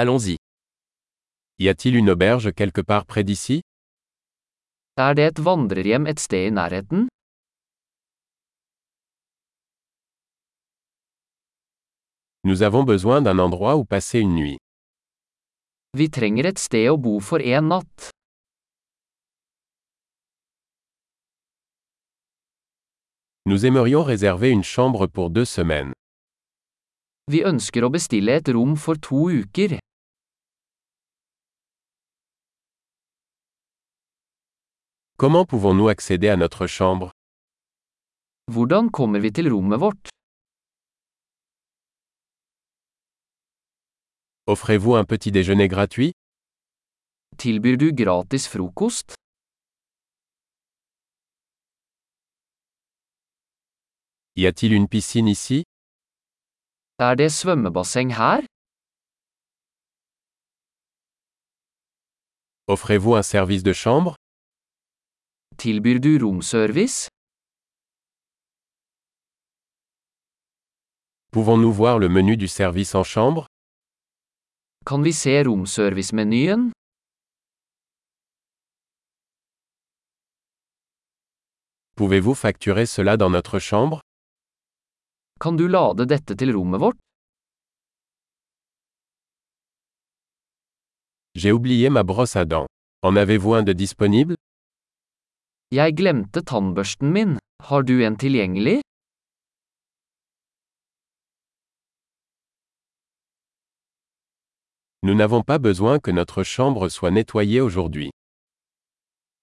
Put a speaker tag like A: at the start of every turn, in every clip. A: Allons-y. Y a-t-il une auberge quelque part près d'ici
B: Er det et vandrerhjem et sted i nærheten?
A: Nous avons besoin d'un endroit où passer une nuit.
B: Vi trenger et sted å bo for én natt.
A: Nous aimerions réserver une chambre pour deux semaines.
B: Vi ønsker å bestille et rom for to uker.
A: Comment pouvons-nous accéder à notre chambre
B: Hvordan kommer vi til rommet vårt?
A: Offrez-vous un petit déjeuner gratuit
B: Tilbyr du gratis frokost?
A: Y a-t-il une piscine ici
B: Er det svømmebasseng her?
A: Offrez-vous un service de chambre
B: Tilbyr du romservice?
A: Pouvons-nous voir le menu du service en chambre
B: Kan vi se romservice-menyen?
A: Pouvez-vous facturer cela dans notre chambre
B: Kan du lade dette til rommet vårt?
A: J'ai oublié ma brosse à dents. En avez-vous un de disponible
B: Jeg glemte tannbørsten min. Har du en tilgjengelig?
A: Nous n'avons pas besoin que notre chambre soit nettoyée aujourd'hui.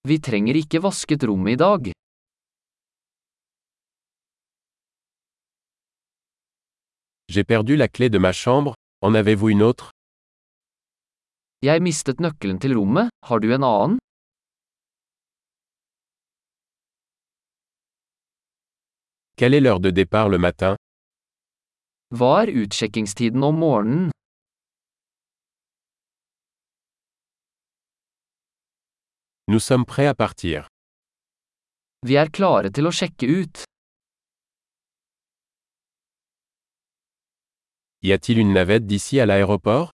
B: Vi trenger ikke vasket rommet i dag.
A: J'ai perdu la clé de ma chambre, en avez-vous une autre
B: Jeg mistet nøkkelen til rommet, har du en annen?
A: Quelle est l'heure de départ le matin
B: Hva er utsjekkingstiden om morgenen?
A: Nous sommes prêts à partir.
B: Vi er klare til å sjekke ut.
A: Y a-t-il une navette d'ici à l'aéroport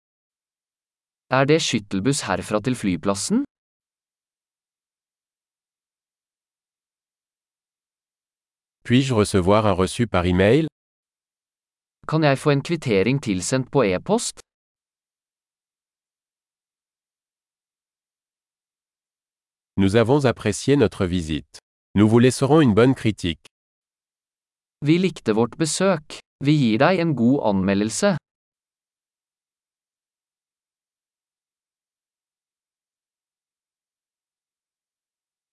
B: Er det skyttelbuss herfra til flyplassen?
A: Puis-je recevoir un reçu par email
B: Kan jeg få en kvittering tilsendt på e-post?
A: Nous avons apprécié notre visite. Nous vous laisserons une bonne critique.
B: Vi likte vårt besøk. Vi gir deg en god anmeldelse.